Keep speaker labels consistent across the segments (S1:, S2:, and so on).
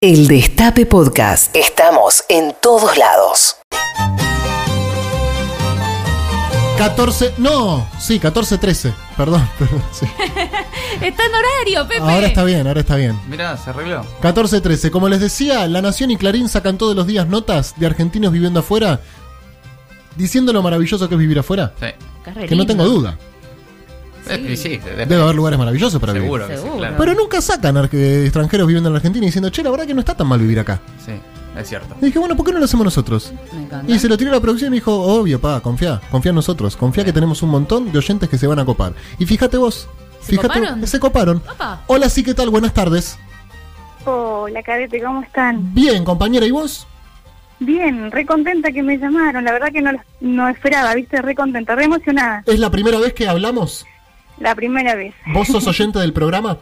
S1: El Destape Podcast. Estamos en todos lados.
S2: 14, no, sí, 14-13, perdón, perdón, sí.
S3: Está en horario, Pepe.
S2: Ahora está bien, ahora está bien.
S4: Mirá, se arregló.
S2: 14-13, como les decía, La Nación y Clarín sacan todos los días notas de argentinos viviendo afuera, diciendo lo maravilloso que es vivir afuera,
S4: Sí.
S3: Qué re
S2: que no
S3: lindo.
S2: tengo duda,
S4: Eh, Sí, de-
S2: debe haber lugares maravillosos para vivir.
S4: seguro. que sí,
S3: Seguro.
S4: claro.
S2: Pero nunca sacan ar- eh, extranjeros viviendo en la Argentina diciendo, che, la verdad que no está tan mal vivir acá.
S4: Sí, es cierto.
S2: Y dije, bueno, ¿por qué no lo hacemos nosotros?
S3: Me encanta.
S2: Y se lo tiró a la producción y dijo, obvio, pa, confía, confía en nosotros, confía que tenemos un montón de oyentes que se van a copar. Y fíjate vos,
S3: ¿Se
S2: fíjate,
S3: coparon?
S2: se coparon.
S3: Opa.
S2: Hola, sí, ¿qué tal? Buenas tardes.
S5: Hola, Carete, ¿cómo están?
S2: Bien, compañera, ¿y vos?
S5: Bien, re contenta que me llamaron. La verdad que no, lo- no esperaba, viste, re contenta, re emocionada.
S2: ¿Es la primera vez que hablamos?
S5: La primera vez.
S2: ¿Vos sos oyente del programa?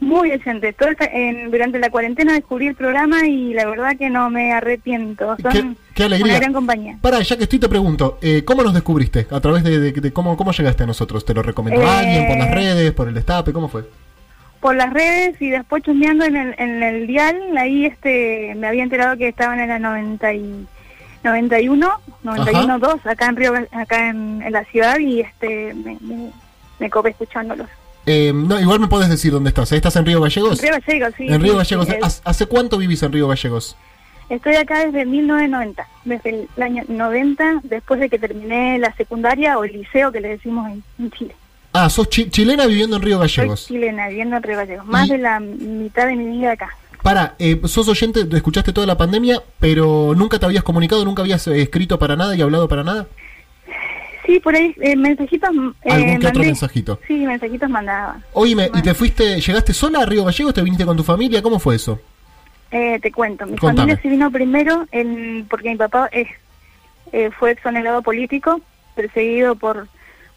S5: Muy decente. Todo esta- en- durante la cuarentena descubrí el programa y la verdad que no me arrepiento. Son
S2: Qué- qué alegría.
S5: una gran compañía.
S2: Para, ya que estoy, te pregunto, eh, ¿cómo nos descubriste? ¿A través de, de- de cómo, cómo llegaste a nosotros? ¿Te lo recomendó
S5: Eh.
S2: alguien? ¿Por las redes? ¿Por el destape? ¿Cómo fue?
S5: Por las redes y después chusmeando en el, en el dial, ahí este me había enterado que estaban en la 90 y 91, 91 2 acá en Río, acá en, en la ciudad y este me, me, me copé escuchándolos.
S2: Eh, no, igual me puedes decir dónde estás. ¿eh? ¿Estás en Río Gallegos?
S5: En Río Gallegos, sí.
S2: En Río
S5: sí,
S2: Gallegos.
S5: sí, el-
S2: ¿Hace- ¿Hace cuánto vivís en Río Gallegos?
S5: Estoy acá desde 1990, desde el año 90, después de que terminé la secundaria o el liceo que le decimos en, en Chile.
S2: Ah, sos chi- chilena viviendo en Río
S5: Soy
S2: Gallegos.
S5: chilena, viviendo en Río Gallegos, más
S2: Y-
S5: de la mitad de mi vida acá.
S2: Para, eh, sos oyente, escuchaste toda la pandemia, pero nunca te habías comunicado, nunca habías eh, escrito para nada y hablado para nada.
S5: Sí, por ahí eh, mensajitos eh,
S2: ¿Algún que otro
S5: mandé.
S2: mensajito?
S5: Sí, mensajitos mandaba.
S2: Oíme, ¿y te fuiste, llegaste sola a Río Gallegos? ¿Te viniste con tu familia? ¿Cómo fue eso?
S5: Eh, te cuento, mi
S2: Contame.
S5: familia se vino primero en- porque mi papá es, eh, fue exonerado político, perseguido por,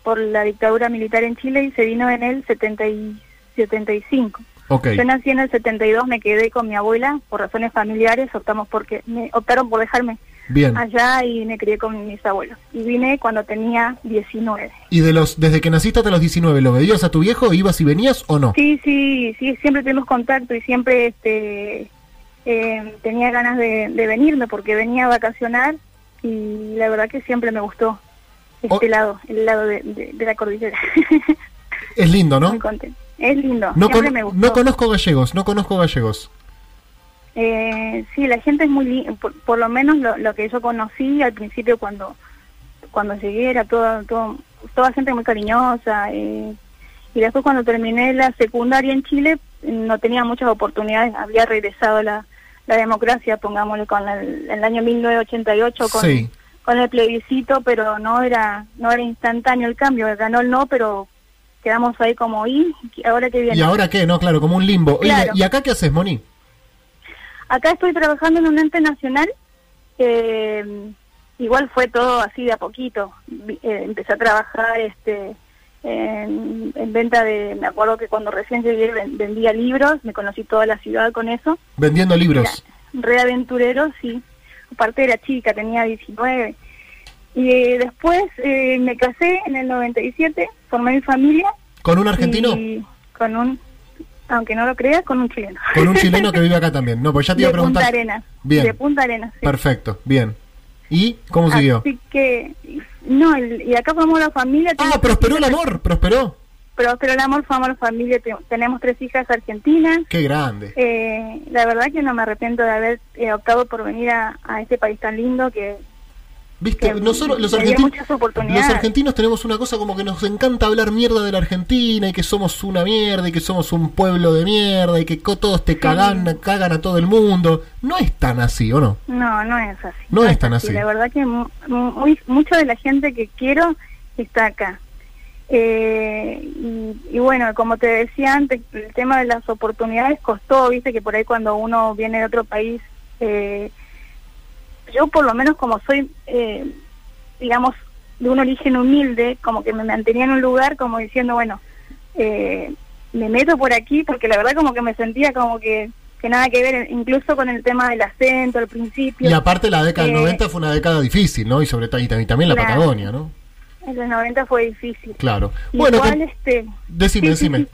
S5: por la dictadura militar en Chile y se vino en el 70 y 75.
S2: Ok.
S5: Yo nací en el 72, me quedé con mi abuela por razones familiares, optamos porque me optaron por dejarme
S2: Bien.
S5: allá y me crié con mis abuelos. Y vine cuando tenía 19.
S2: ¿Y de los, desde que naciste hasta los 19, lo veías a tu viejo, ibas y venías o no?
S5: Sí, sí, sí, siempre tuvimos contacto y siempre este eh, tenía ganas de, de venirme porque venía a vacacionar y la verdad que siempre me gustó este
S2: Oh.
S5: lado, el lado de, de- de la cordillera.
S2: Es lindo, ¿no?
S5: Muy contenta. Es lindo,
S2: No,
S5: siempre
S2: con-
S5: me gustó.
S2: no conozco gallegos, no conozco gallegos.
S5: Eh, sí, la gente es muy li- por, por lo menos lo, lo que yo conocí al principio cuando cuando llegué era toda todo, toda gente muy cariñosa eh, y después cuando terminé la secundaria en Chile no tenía muchas oportunidades, había regresado la, la democracia, pongámosle con el, el año 1988 con
S2: Sí.
S5: con el plebiscito, pero no era no era instantáneo el cambio, ganó el no, pero quedamos ahí como y ahora que viene.
S2: ¿Y ahora qué? No, claro, como un limbo. Oíme,
S5: Claro.
S2: ¿Y acá qué haces, Moni?
S5: Acá estoy trabajando en un ente nacional. eh, igual fue todo así de a poquito. Vi- eh, empecé a trabajar este en, en venta de. Me acuerdo que cuando recién llegué ven- vendía libros, me conocí toda la ciudad con eso.
S2: Vendiendo libros.
S5: Reaventureros, sí. Aparte era chica, tenía 19. Y eh, después eh, me casé en el 97, formé mi familia.
S2: ¿Con un argentino?
S5: Y con un. Aunque no lo creas, con un chileno.
S2: Con un chileno que vive acá también. No, pues ya te iba a
S5: de
S2: preguntar.
S5: Punta Arenas.
S2: Bien.
S5: De Punta Arenas. sí.
S2: Perfecto, bien. ¿Y cómo siguió?
S5: Así que, no, el- y acá formamos la familia.
S2: Ah,
S5: tengo-
S2: prosperó el amor, prosperó.
S5: Prosperó el amor, formamos la familia. te- Tenemos tres hijas argentinas.
S2: Qué grande.
S5: Eh, la verdad que no me arrepiento de haber eh, optado por venir a, a este país tan lindo que...
S2: Viste,
S5: que
S2: nosotros los
S5: me dio
S2: argentinos,
S5: muchas
S2: los
S5: oportunidades.
S2: argentinos tenemos una cosa como que nos encanta hablar mierda de la Argentina y que somos una mierda y que somos un pueblo de mierda y que co- todos te cagan, cagan a todo el mundo. No es tan así, ¿o no?
S5: No, no es así.
S2: No es tan así.
S5: La verdad que mu- mu- muy, mucho de la gente que quiero está acá. Eh, y, y bueno, como te decía antes, el tema de las oportunidades costó, viste que por ahí cuando uno viene de otro país, eh, yo por lo menos como soy, eh, digamos, de un origen humilde, como que me mantenía en un lugar como diciendo, bueno, eh, me meto por aquí porque la verdad como que me sentía como que, que nada que ver, incluso con el tema del acento al principio.
S2: Y aparte la década del
S5: Eh,
S2: 90 fue una década difícil, ¿no? Y sobre todo y, tam- y también la
S5: Claro.
S2: Patagonia, ¿no?
S5: En los 90 fue difícil.
S2: Claro. Bueno,
S5: Igual,
S2: que-
S5: este,
S2: decime,
S5: sí, sí,
S2: decime.
S5: sí.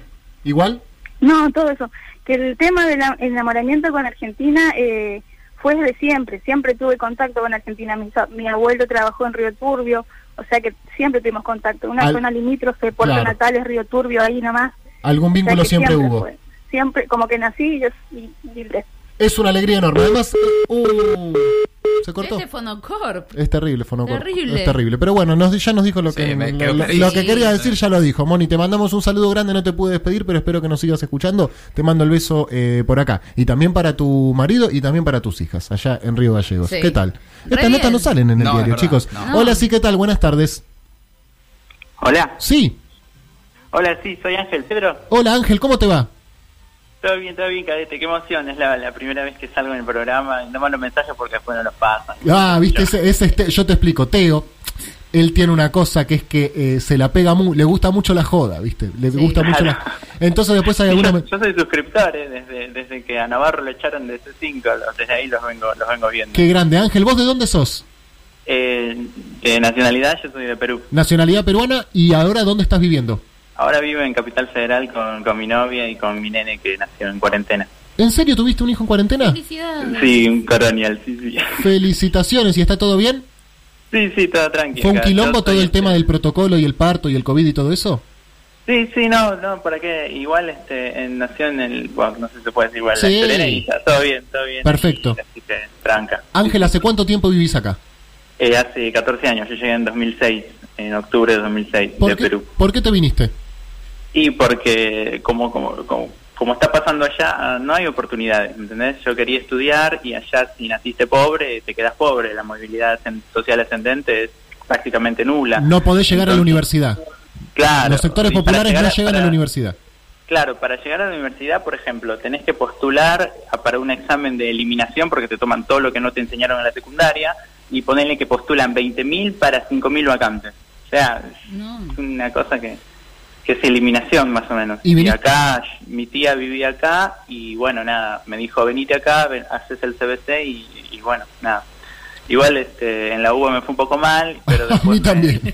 S2: ¿Igual?
S5: No, todo eso. Que el tema del am- enamoramiento con Argentina eh, fue desde siempre. Siempre tuve contacto con Argentina. Mi, sa- mi abuelo trabajó en Río Turbio, o sea que siempre tuvimos contacto. Una
S2: Al-
S5: zona limítrofe, Puerto
S2: Claro.
S5: Natal es Río Turbio, ahí nomás.
S2: Algún
S5: O sea
S2: vínculo
S5: que
S2: siempre, hubo.
S5: fue. Siempre, como que nací y yo y, y de-
S2: Es una alegría enorme. Además, uh, se cortó.
S3: Este Fonocorp.
S2: Es terrible, Fonocor.
S3: Terrible.
S2: Es terrible. Pero bueno, nos, ya nos dijo lo
S4: Sí,
S2: que,
S4: me
S2: lo-
S4: quedó
S2: lo-
S4: clarísimo.
S2: lo que quería decir, ya lo dijo. Moni, te mandamos un saludo grande, no te pude despedir, pero espero que nos sigas escuchando. Te mando el beso eh, por acá. Y también para tu marido y también para tus hijas, allá en Río Gallegos.
S3: Sí.
S2: ¿Qué tal?
S3: Re
S2: Estas notas
S3: bien.
S2: no salen en el
S4: No, es
S2: diario,
S4: verdad,
S2: chicos.
S4: no.
S2: Hola, sí, ¿qué tal? Buenas tardes.
S6: Hola,
S2: Sí.
S6: hola, sí, soy Ángel Pedro.
S2: Hola, Ángel, ¿cómo te va?
S6: Todo bien, todo bien, cadete, qué emoción. Es la, la primera vez que salgo en el programa y no mando mensajes porque después no los pasan.
S2: Ah, viste, ese, ese este- yo te explico, Teo. Él tiene una cosa que es que eh, se la pega mu le gusta mucho la joda, ¿viste? Le gusta mucho la... Entonces después hay alguna...
S6: Yo, yo soy suscriptor, eh, desde, desde que a Navarro lo echaron de C5, los- desde ahí los vengo los vengo viendo.
S2: Qué grande, Ángel. ¿Vos de dónde sos?
S6: Eh, de nacionalidad, yo soy de Perú.
S2: Nacionalidad peruana y ahora dónde estás viviendo.
S6: Ahora vivo en Capital Federal con, con mi novia y con mi nene que nació en cuarentena.
S2: ¿En serio tuviste un hijo en cuarentena?
S3: Felicidades.
S6: Sí, un colonial, sí, sí.
S2: Felicitaciones, ¿y está todo bien?
S6: Sí, sí, todo tranquilo.
S2: ¿Fue un quilombo todo el
S6: este,
S2: tema del protocolo y el parto y el COVID y todo eso?
S6: Sí, sí, no, no, ¿para qué? Igual este, en, nació en el, bueno, no sé si se puede decir igual,
S2: Sí.
S6: la chilena y ya, todo bien, todo bien.
S2: Perfecto.
S6: Y así que, tranca.
S2: Ángel, ¿hace cuánto tiempo vivís acá?
S6: Eh, hace 14 años, yo llegué en 2006, en octubre de 2006,
S2: ¿Por,
S6: de
S2: qué,
S6: Perú.
S2: por qué te viniste?
S6: Y porque, como, como, como, como está pasando allá, no hay oportunidades, ¿me entendés? Yo quería estudiar y allá si naciste pobre, te quedas pobre, la movilidad ascen- social ascendente es prácticamente nula.
S2: No podés llegar a la
S6: Entonces,
S2: universidad.
S6: Claro.
S2: Los sectores
S6: y para
S2: populares
S6: llegar
S2: no llegan a la
S6: para-
S2: universidad.
S6: Claro, para llegar a la universidad, por ejemplo, tenés que postular a- para un examen de eliminación porque te toman todo lo que no te enseñaron en la secundaria y ponerle que postulan 20.000 para 5.000 vacantes. O sea,
S3: No.
S6: es una cosa que, que es eliminación más o menos.
S2: Y
S6: Y,
S2: viniste-
S6: acá, mi tía vivía acá y bueno, nada, me dijo, venite acá, ven- haces el CBC y, y bueno, nada. Igual este, en la UBA me fue un poco mal, pero
S2: A
S6: después
S2: mí
S6: me-
S2: también.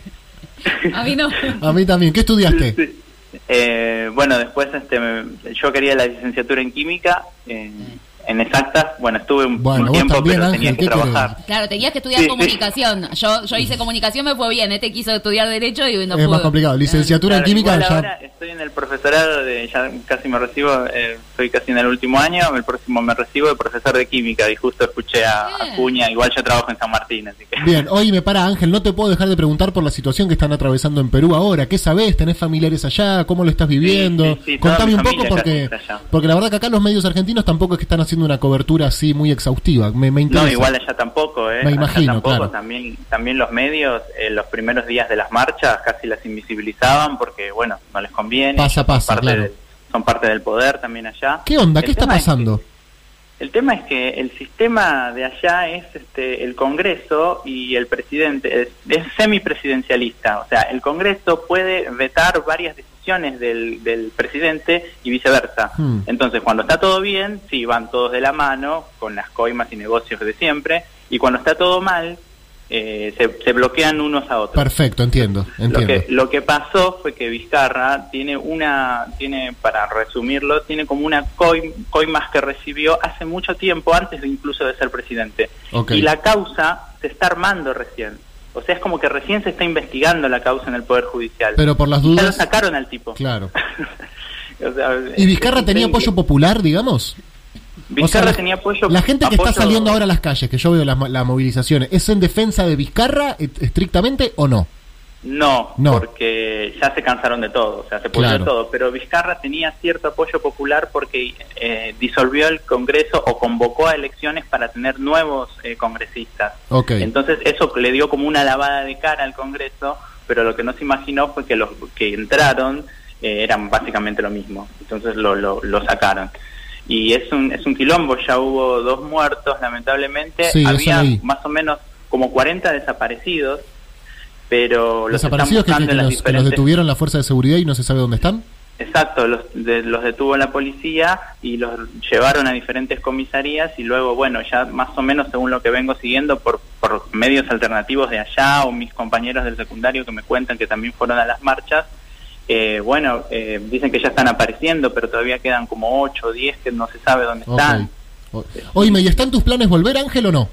S3: A mí no.
S2: A mí también. ¿Qué estudiaste?
S6: Sí. Eh, bueno, después este, me- yo quería la licenciatura en química, en- en exactas. Bueno, estuve un,
S2: Bueno,
S6: un
S2: vos
S6: tiempo,
S2: también,
S6: pero
S2: Ángel,
S6: tenía
S2: ¿qué
S6: que trabajar.
S3: Claro, tenías que estudiar
S6: Sí, sí.
S3: comunicación. Yo, yo hice comunicación, me fue bien. Este quiso estudiar derecho y no
S2: es
S3: pudo.
S2: más complicado. Licenciatura en
S6: Claro,
S2: química
S6: igual
S2: ya-
S6: ahora estoy en el profesorado, de, ya casi me recibo, eh, estoy casi en el último año, el próximo me recibo de profesor de química y justo escuché a, a
S3: Bien.
S6: Cuña, igual yo trabajo en San Martín, así que...
S2: Bien, oye, me para Ángel, no te puedo dejar de preguntar por la situación que están atravesando en Perú ahora. ¿Qué sabés? ¿Tenés familiares allá? ¿Cómo lo estás viviendo?
S6: Sí, sí, sí, toda
S2: Contame
S6: mi
S2: un poco
S6: familia
S2: porque,
S6: acá está allá.
S2: porque la verdad que acá los medios argentinos tampoco es que están haciendo una cobertura así muy exhaustiva. Me, me interesa.
S6: No, igual allá tampoco, ¿eh?
S2: Me
S6: Allá
S2: imagino,
S6: tampoco,
S2: claro.
S6: También, también los medios, eh, los primeros días de las marchas casi las invisibilizaban porque, bueno, no les conviene.
S2: Pasa, pasa,
S6: Son parte
S2: claro.
S6: del- son parte del poder también allá.
S2: ¿Qué onda?
S6: El
S2: ¿Qué está
S6: tema es que-
S2: pasando?
S6: el tema es que el sistema de allá es este, el Congreso y el presidente es, es semipresidencialista. O sea, el Congreso puede vetar varias decisiones del, del presidente y viceversa.
S2: Hmm.
S6: Entonces, cuando está todo bien, sí, van todos de la mano con las coimas y negocios de siempre. Y cuando está todo mal, eh, se, se bloquean unos a otros.
S2: Perfecto, entiendo,
S6: Lo
S2: entiendo.
S6: que, lo que pasó fue que Vizcarra tiene una, tiene para resumirlo, tiene como una coin, coin más que recibió hace mucho tiempo, antes de incluso de ser presidente.
S2: Ok.
S6: Y la causa se está armando recién. O sea, es como que recién se está investigando la causa en el Poder Judicial.
S2: Pero por las
S6: ya lo
S2: dudas,
S6: sacaron al tipo.
S2: claro.
S6: O sea,
S2: ¿Y
S6: es
S2: Vizcarra tenía
S6: increíble.
S2: apoyo popular, digamos?
S6: Vizcarra
S2: O sea, la-
S6: tenía apoyo.
S2: La gente que
S6: apoyo-
S2: está saliendo ahora a las calles, que yo veo las, las movilizaciones, ¿es en defensa de Vizcarra et- estrictamente o no?
S6: No,
S2: No.
S6: porque ya se cansaron de todo, o sea, se pudrió
S2: Claro.
S6: todo. Pero Vizcarra tenía cierto apoyo popular porque eh, disolvió el Congreso o convocó a elecciones para tener nuevos eh, congresistas.
S2: Ok.
S6: Entonces eso le dio como una lavada de cara al Congreso, pero lo que no se imaginó fue que los que entraron eh, eran básicamente lo mismo. Entonces lo, lo, lo sacaron. Y es un, es un quilombo, ya hubo dos muertos, lamentablemente.
S2: Sí, eso
S6: Había
S2: leí.
S6: más o menos como 40 desaparecidos, pero los están
S2: ¿Desaparecidos que, que-
S6: buscando
S2: que
S6: en las
S2: los, que los
S6: diferentes-
S2: detuvieron la fuerza de seguridad y no se sabe dónde están?
S6: Exacto, los, de- los detuvo la policía y los llevaron a diferentes comisarías y luego, bueno, ya más o menos según lo que vengo siguiendo por, por medios alternativos de allá o mis compañeros del secundario que me cuentan que también fueron a las marchas, eh, bueno, eh, dicen que ya están apareciendo, pero todavía quedan como 8 o 10 que no se sabe dónde están.
S2: Ok. O- Oíme, ¿y están tus planes volver, Ángel, o no?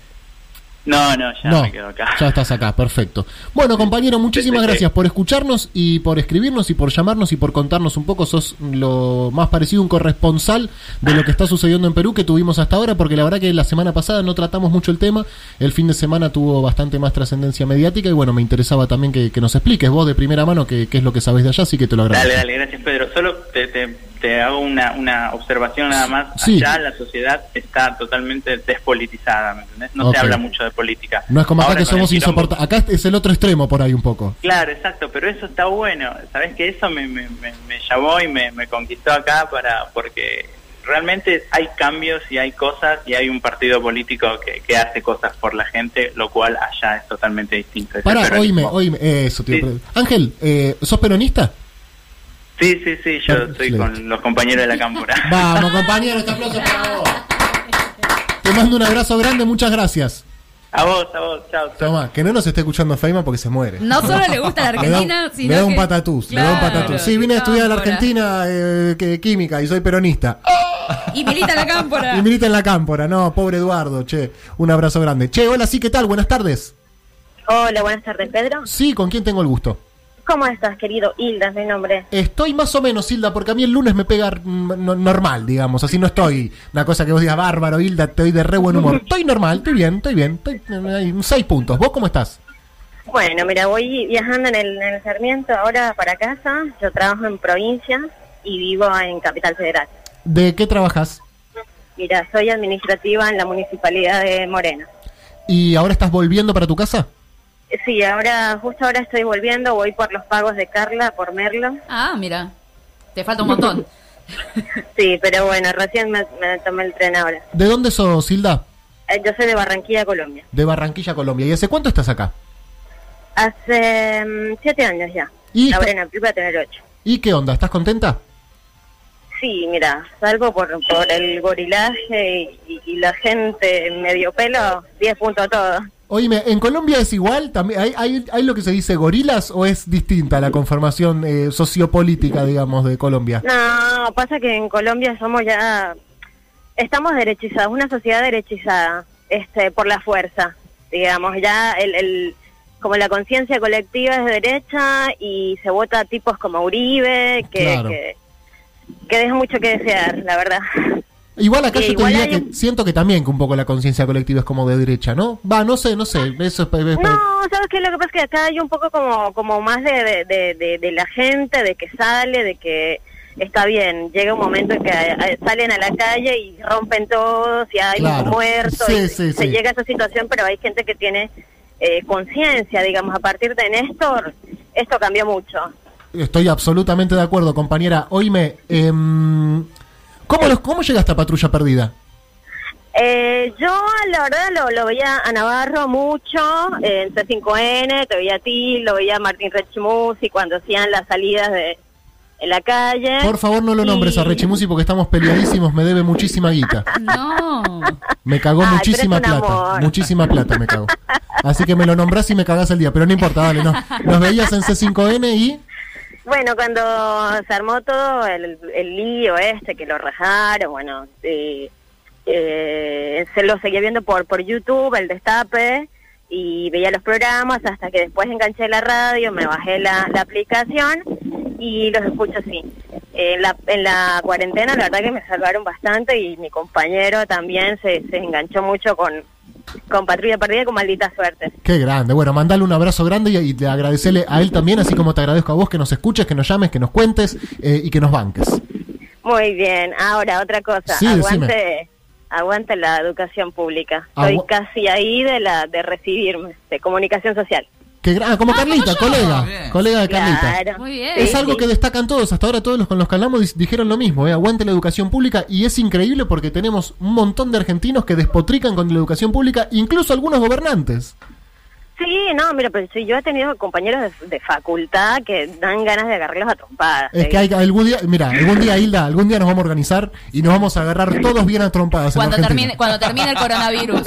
S6: No, no, ya
S2: no,
S6: me quedo acá.
S2: ya estás acá, perfecto. Bueno, compañero, muchísimas
S6: Sí, sí, sí.
S2: gracias por escucharnos y por escribirnos y por llamarnos y por contarnos un poco. Sos lo más parecido a un corresponsal de lo que está sucediendo en Perú que tuvimos hasta ahora, porque la verdad que la semana pasada no tratamos mucho el tema. El fin de semana tuvo bastante más trascendencia mediática y bueno, me interesaba también que, que nos expliques vos de primera mano qué, qué es lo que sabés de allá, así que te lo agradezco.
S6: Dale, dale, gracias Pedro. Solo te, te- te hago una, una observación nada más.
S2: Sí.
S6: Allá la sociedad está totalmente despolitizada, ¿me entendés? No
S2: Ok.
S6: se habla mucho de política.
S2: No es como acá
S6: Ahora
S2: que
S6: con el
S2: somos
S6: quilombo-
S2: insoportables. Acá es el otro extremo por ahí un poco.
S6: Claro, exacto, pero eso está bueno. Sabes que eso me, me, me- me llamó y me, me conquistó acá para porque realmente hay cambios y hay cosas y hay un partido político que, que hace cosas por la gente, lo cual allá es totalmente distinto. Es el
S2: Pará, oíme,
S6: peronismo.
S2: oíme. eh, Eso, tío.
S6: Sí.
S2: Ángel, eh, ¿sos peronista?
S6: Sí, sí, sí, yo estoy con los compañeros de la cámpora.
S2: Vamos, compañero, este aplauso es para vos. Te mando un abrazo grande, muchas gracias.
S6: A vos, a vos, chao. chao.
S2: Toma, que no nos esté escuchando Feima porque se muere.
S3: No solo le gusta la Argentina,
S2: le da,
S3: sino
S2: le da un
S3: que-
S2: patatús, le da un
S3: Claro,
S2: patatús. Sí, vine a estudiar a la Argentina eh, que, química y soy peronista.
S3: Y milita la cámpora.
S2: Y milita en la cámpora, no, pobre Eduardo, che. Un abrazo grande. Che, hola, sí, ¿qué tal? Buenas tardes.
S7: Hola, buenas tardes, Pedro.
S2: Sí, ¿con quién tengo el gusto?
S7: ¿Cómo estás, querido? Hilda es mi nombre.
S2: Estoy más o menos, Hilda, porque a mí el lunes me pega mm, no- normal, digamos. Así no estoy una cosa que vos digas, bárbaro, Hilda, estoy de re buen humor. Estoy normal, estoy bien, estoy bien. Estoy, eh, hay seis puntos. ¿Vos cómo estás?
S7: Bueno, mira, voy viajando en el, en el Sarmiento ahora para casa. Yo trabajo en provincia y vivo en Capital Federal.
S2: ¿De qué trabajas?
S7: Mira, soy administrativa en la municipalidad de Moreno.
S2: ¿Y ahora estás volviendo para tu casa?
S7: Sí, ahora, justo ahora estoy volviendo, voy por los pagos de Carla, por Merlo.
S3: Ah, mira. Te falta un montón.
S7: Sí, pero bueno, recién me, me tomé el tren ahora.
S2: ¿De dónde sos, Hilda?
S7: Eh, Yo soy de Barranquilla, Colombia.
S2: De Barranquilla, Colombia. ¿Y hace cuánto estás acá?
S7: Hace mm, siete años ya.
S2: Y-
S7: Ahora en abril voy a tener ocho.
S2: ¿Y qué onda? ¿Estás contenta?
S7: Sí, mira, salvo por, por el gorilaje y, y la gente medio pelo, 10 puntos todo.
S2: Oíme, ¿en Colombia es igual? ¿También hay, hay, hay lo que se dice gorilas o es distinta la conformación eh, sociopolítica, digamos, de Colombia?
S7: No, pasa que en Colombia somos ya, estamos derechizados, una sociedad derechizada, este, por la fuerza, digamos, ya el, el como la conciencia colectiva es de derecha y se vota a tipos como Uribe, que,
S2: Claro.
S7: que, que deja mucho que desear, la verdad.
S2: Igual acá yo
S7: Sí,
S2: te
S7: igual
S2: diría
S7: hay
S2: que
S7: un-
S2: siento que también que un poco la conciencia colectiva es como de derecha, ¿no? Va, no sé, no sé. Eso es, es- es-
S7: No, ¿sabes qué? Lo que pasa es que acá hay un poco como, como más de, de, de- de- de la gente, de que sale, de que está bien. Llega un momento en que eh, salen a la calle y rompen todos y hay
S2: Claro.
S7: un muerto.
S2: Sí,
S7: y
S2: sí,
S7: se
S2: sí.
S7: llega a esa situación, pero hay gente que tiene eh, conciencia, digamos. A partir de Néstor, esto cambió mucho.
S2: Estoy absolutamente de acuerdo, compañera. Oíme, em, ¿cómo, los, ¿cómo llegaste a Patrulla Perdida?
S7: Eh, yo, la verdad, lo, lo veía a Navarro mucho eh, en C5N, te veía a ti, lo veía a Martín Rechimusi cuando hacían las salidas de en la calle.
S2: Por favor, no lo nombres a
S7: Y-
S2: Rechimusi porque estamos peleadísimos, me debe muchísima guita.
S3: No.
S2: Me cagó
S7: Ay, pero
S2: muchísima
S7: es un
S2: plata.
S7: amor.
S2: Muchísima plata me cagó. Así que me lo nombrás y me cagás el día, pero no importa, dale, no. Nos veías en C5N y.
S7: Bueno, cuando se armó todo el, el lío este, que lo rajaron, bueno, eh, eh, se lo seguía viendo por, por YouTube, el destape, y veía los programas hasta que después enganché la radio, me bajé la, la aplicación y los escucho así. En la, en la cuarentena la verdad que me salvaron bastante y mi compañero también se, se enganchó mucho con, con Patrulla Perdida y con Maldita Suerte.
S2: Qué grande. Bueno, mandale un abrazo grande y, y te agradecele a él también, así como te agradezco a vos que nos escuches, que nos llames, que nos cuentes eh, y que nos banques.
S7: Muy bien, ahora otra cosa,
S2: Sí,
S7: aguante,
S2: decime.
S7: aguante la educación pública. Estoy
S2: Agua-
S7: casi ahí de la de recibirme de comunicación social.
S2: Qué gra- ah, como
S3: Ah,
S2: Carlita,
S3: como yo.
S2: colega.
S4: Bien.
S2: Colega de Carlita.
S7: Claro.
S3: Muy bien.
S2: Es
S7: Sí,
S2: algo
S7: sí.
S2: que destacan todos, hasta ahora todos los con los que hablamos dis- dijeron lo mismo, ¿eh? aguante la educación pública y es increíble porque tenemos un montón de argentinos que despotrican con la educación pública, incluso algunos gobernantes.
S7: Sí, no, mira, pero sí, yo he tenido compañeros de, de facultad que dan ganas de agarrarlos a trompadas. ¿eh?
S2: Es
S7: ¿sí?
S2: que hay algún día, mira, algún día, Hilda, algún día nos vamos a organizar y nos vamos a agarrar todos bien a trompadas. en
S3: Cuando
S2: Argentina.
S3: termine, cuando termine el
S7: Pues,
S3: coronavirus.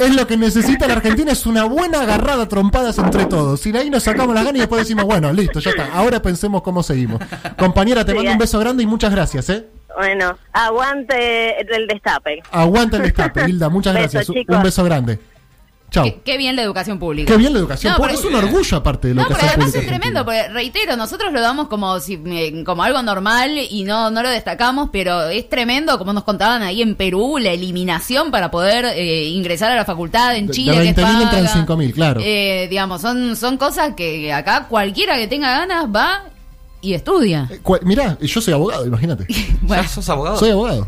S2: Es lo que necesita la Argentina, es una buena agarrada a trompadas entre todos. Y de ahí nos sacamos las ganas y después decimos, bueno, listo, ya está. Ahora pensemos cómo seguimos. Compañera, te
S7: Sí,
S2: mando un
S7: eh.
S2: beso grande y muchas gracias, ¿eh?
S7: Bueno, aguante el eh, destape.
S2: Aguanta el escape, Hilda, muchas
S7: Beso,
S2: gracias.
S7: chicos.
S2: Un beso grande. Chau.
S3: Qué, qué bien la educación pública.
S2: Qué bien la educación.
S3: No,
S2: pública.
S3: pero- eh,
S2: es un orgullo aparte de lo
S3: No,
S2: que
S3: pero
S2: hace el
S3: además
S2: público
S3: es tremendo,
S2: argentino.
S3: porque reitero, nosotros lo damos como si eh, como algo normal y no, no lo destacamos, pero es tremendo, como nos contaban ahí en Perú, la eliminación para poder eh, ingresar a la facultad en
S2: De- de
S3: Chile. que es
S2: 20.000 entran
S3: paga.
S2: 5.000, claro.
S3: Eh, digamos, son, son cosas que acá cualquiera que tenga ganas va y estudia.
S2: Eh, cua- Mirá, yo soy abogado, imagínate.
S3: Bueno,
S4: ¿Ya sos
S3: Oh.
S4: abogado?
S2: Soy abogado.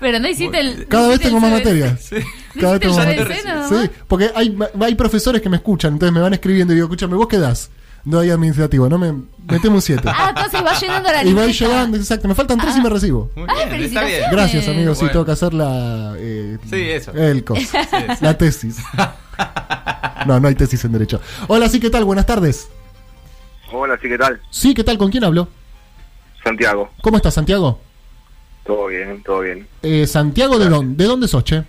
S3: pero no hiciste el...
S2: Eh, Cada
S3: no
S2: vez
S3: hiciste
S2: tengo más
S3: el CBC.
S2: materias.
S4: Sí.
S2: Cada vez
S3: ¿Viste
S2: tengo más
S3: el
S2: materias.
S3: CBC nada más?
S2: Sí, porque hay, hay profesores que me escuchan, entonces me van escribiendo y digo, escúchame, ¿vos qué das? No hay administrativo, no me metemos un 7.
S3: Ah, entonces va llenando la
S2: y voy
S3: lista.
S2: llevando, exacto. Me faltan tres y me recibo.
S4: Muy
S3: Ay,
S4: bien, está bien.
S3: felicitaciones.
S2: Gracias,
S3: Bien.
S2: amigos. Sí,
S4: Bueno.
S2: tengo que hacer la. eh,
S4: Sí, eso.
S2: El cos. La tesis. No, no hay tesis en Derecho. Hola, sí, ¿qué tal? Buenas tardes.
S8: Hola, sí, ¿qué tal?
S2: Sí, ¿qué tal? ¿Con quién hablo?
S8: Santiago,
S2: ¿Cómo estás, Santiago?
S8: todo bien, todo bien.
S2: Eh, Santiago, ¿de dónde, ¿de dónde sos, che?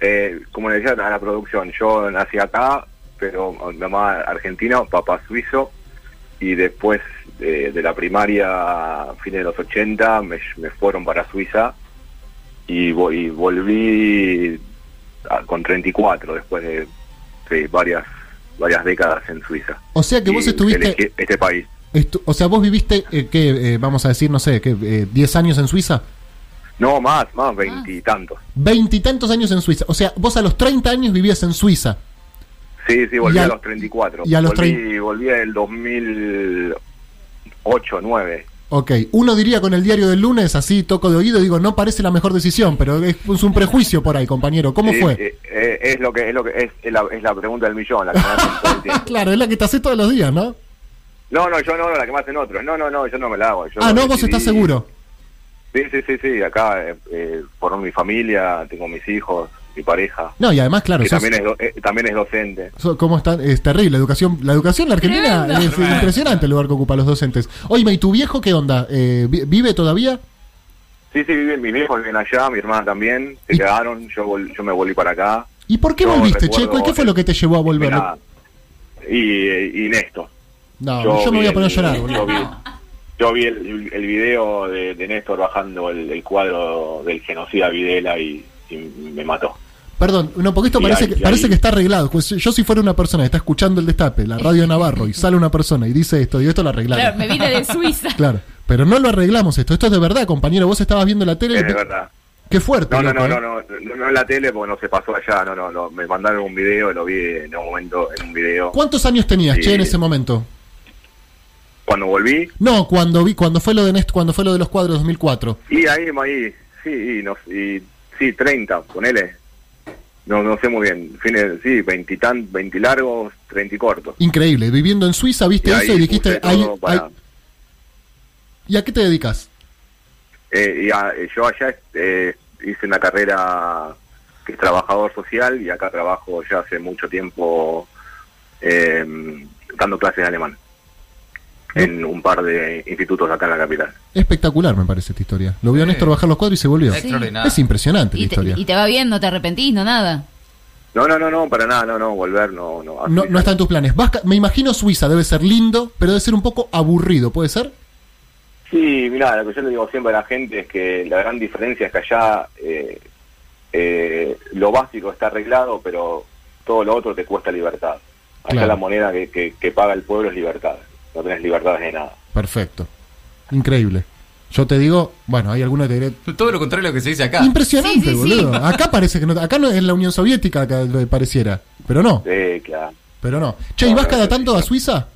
S8: Eh, como le decía a la producción, yo nací acá, pero mi mamá argentina, papá suizo, y después eh, de la primaria, fines de los 80, me, me fueron para Suiza y, vo- y volví a- con 34 después de sí, varias varias décadas en Suiza.
S2: O sea que vos
S8: Y
S2: estuviste-
S8: elegí Este país.
S2: Estu- o sea, vos viviste, eh, ¿qué? Eh, vamos a decir, no sé, ¿qué? Eh, ¿10 años en Suiza?
S8: No, más, más, veintitantos.
S2: Veintitantos años en Suiza. O sea, vos a los 30 años vivías en Suiza.
S8: Sí, sí, volví
S2: Y
S8: a,
S2: al-
S8: los 34.
S2: y a los
S8: volví,
S2: trein-
S8: volví en el 2008, 9.
S2: Ok, uno diría con el diario del lunes, así toco de oído, digo, no parece la mejor decisión, pero es es un prejuicio por ahí, compañero. ¿Cómo
S8: Sí,
S2: fue?
S8: eh, eh, es lo que es lo que es, es la, es la pregunta del millón, la que me hacen todo el tiempo.
S2: Ah, Claro, es la que te hace todos los días, ¿no?
S8: No, no, yo no, la que me hacen otros. No, no, no, yo no me la hago. Yo
S2: Ah, no, vos
S8: decidí-
S2: estás seguro.
S8: Sí, sí, sí, sí, acá eh, eh, por mi familia, tengo mis hijos, mi pareja,
S2: No, y además, claro,
S8: que
S2: sos-
S8: también es, do- eh, también es docente.
S2: So- ¿Cómo están? Es terrible. Educación, la educación en la Argentina
S3: Tremendo.
S2: es
S4: Tremendo.
S2: impresionante el lugar que ocupan los docentes. Oye, ¿y tu viejo qué onda? Eh, vi- ¿Vive todavía?
S8: Sí, sí, viven, mis viejos viven allá, mi hermana también, se
S2: Y-
S8: quedaron, yo, vol- yo me volví para acá.
S2: ¿Y por qué
S8: No,
S2: volviste,
S8: recuerdo-
S2: Checo? ¿Y qué fue lo que te llevó a volver?
S8: Mira, y, eh, y Néstor.
S2: No, yo, me voy
S8: vi
S2: a poner a
S8: el-
S2: llorar,
S8: Yo
S2: boludo.
S8: vi, yo vi el, el video de, de Néstor bajando el, el cuadro del genocida Videla y, y me mató.
S2: Perdón, no, porque esto
S8: Y
S2: parece,
S8: ahí-
S2: que,
S8: y ahí-
S2: parece que está arreglado. Pues, yo si fuera una persona que está escuchando el destape, la radio de Navarro, y sale una persona y dice esto, y esto lo arreglamos.
S3: Claro,
S2: Claro,
S3: me vine de Suiza.
S2: pero no lo arreglamos esto. Esto es de verdad, compañero. Vos estabas viendo la tele.
S8: Es
S2: y-
S8: de verdad.
S2: Qué fuerte.
S8: No, no,
S2: loco,
S8: no,
S2: ¿eh?
S8: no, no, no, no en la tele porque no se pasó allá, no, no, no, me mandaron un video, lo vi en un momento, en un video.
S2: ¿Cuántos años tenías,
S8: Sí.
S2: Che, en ese momento?
S8: Cuando volví,
S2: No, cuando vi, cuando fue lo de Nest, cuando fue lo de los cuadros 2004.
S8: y ahí, ahí, sí, y, no, y sí, 30, ponele. No, no sé muy bien, fines, sí, 20, tan, 20 largos, 30 y cortos.
S2: Increíble, viviendo en Suiza, viste
S8: Y ahí
S2: eso y dijiste,
S8: puse
S2: "Ay,
S8: todo para-
S2: ay". ¿y a qué te dedicas?
S8: Eh, y a- yo allá eh, hice una carrera que es trabajador social y acá trabajo ya hace mucho tiempo eh, dando clases de alemán en un par de institutos acá en la capital.
S2: Espectacular me parece esta historia. Lo vio a Néstor bajar los cuadros y se volvió.
S4: Sí. Extraordinario.
S2: Es impresionante la
S3: Y te,
S2: historia.
S3: y te va bien, no te arrepentís, no nada.
S8: No, no, no, no, para nada, no, no, volver, no, no. así
S2: No, no está en tus planes. Vas ca- me imagino Suiza, debe ser lindo, pero debe ser un poco aburrido, ¿puede ser?
S8: Sí, mira, lo que yo le digo siempre a la gente es que la gran diferencia es que allá eh, eh, lo básico está arreglado, pero todo lo otro te cuesta libertad. Acá
S2: Claro.
S8: la moneda que, que- que paga el pueblo es libertad. No tenés libertades de nada.
S2: Perfecto. Increíble. Yo te digo, bueno, hay algunos que te diré,
S4: Todo lo contrario a lo que se dice acá.
S2: impresionante,
S3: Sí, sí, sí.
S2: boludo. Acá parece que no, acá no es la Unión Soviética acá, eh, pareciera, pero no,
S8: Sí, claro.
S2: pero no. Che, ¿y vas cada tanto a Suiza?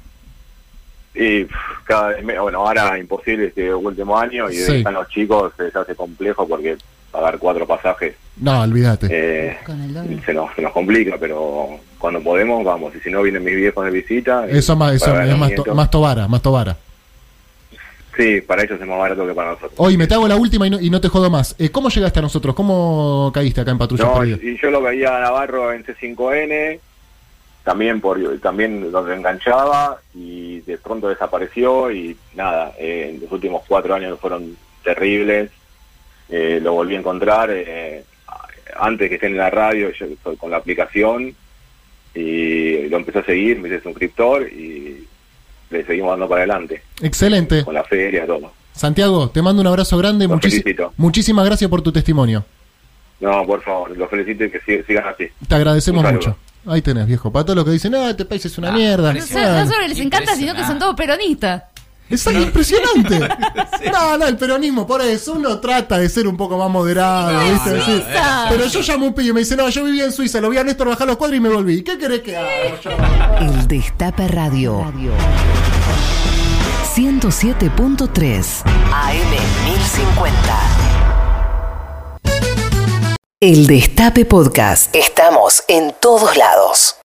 S8: Y pff, cada vez me- bueno, ahora imposible este último año y
S2: Sí.
S8: desde que están los chicos, eh, se hace complejo porque pagar cuatro pasajes
S2: No, olvídate.
S8: eh,
S3: Con el dólar.
S8: se, nos, se nos complica, pero cuando podemos vamos. Y si no vienen mis viejos de visita... eh,
S2: Eso, más, eso
S8: para
S2: es
S8: los
S2: más, to-
S8: nietos.
S2: más tobara, más tobara.
S8: Sí, para ellos es más barato que para nosotros.
S2: Oye, me te hago la última y no, y no te jodo más. Eh, ¿Cómo llegaste a nosotros? ¿Cómo caíste acá en Patrulla
S8: No,
S2: Perdida?
S8: y y yo lo veía a Navarro en C5N también por también donde enganchaba y de pronto desapareció y nada, eh, los últimos cuatro años fueron terribles, Eh, lo volví a encontrar eh, antes que esté en la radio, yo estoy con la aplicación y lo empecé a seguir, me hice suscriptor y le seguimos dando para adelante,
S2: Excelente.
S8: con la feria, todo.
S2: Santiago, te mando un abrazo grande.
S8: Los
S2: muchis-
S8: felicito.
S2: muchísimas gracias por tu testimonio.
S8: No, por favor, los felicito y que sig- sigan así.
S2: Te agradecemos
S8: Un saludo.
S2: mucho. Ahí tenés, viejo. Para todos los que dicen, ah, este país es una
S4: Ah,
S2: mierda.
S3: No,
S4: Sí,
S3: sé,
S2: Ah,
S3: no solo les encanta, sino que son todos peronistas.
S2: Es algo impresionante. No, no, el peronismo, por eso uno trata de ser un poco más moderado,
S3: No,
S2: ¿viste?
S3: no,
S2: Decir,
S3: no, no, no.
S2: Pero yo llamo a un pillo y me dice, no, yo vivía en Suiza, lo vi a Néstor bajar los cuadros y me volví. ¿Qué querés que haga? Yo-
S1: El Destape Radio. 107.3 AM1050. El Destape Podcast. Estamos en todos lados.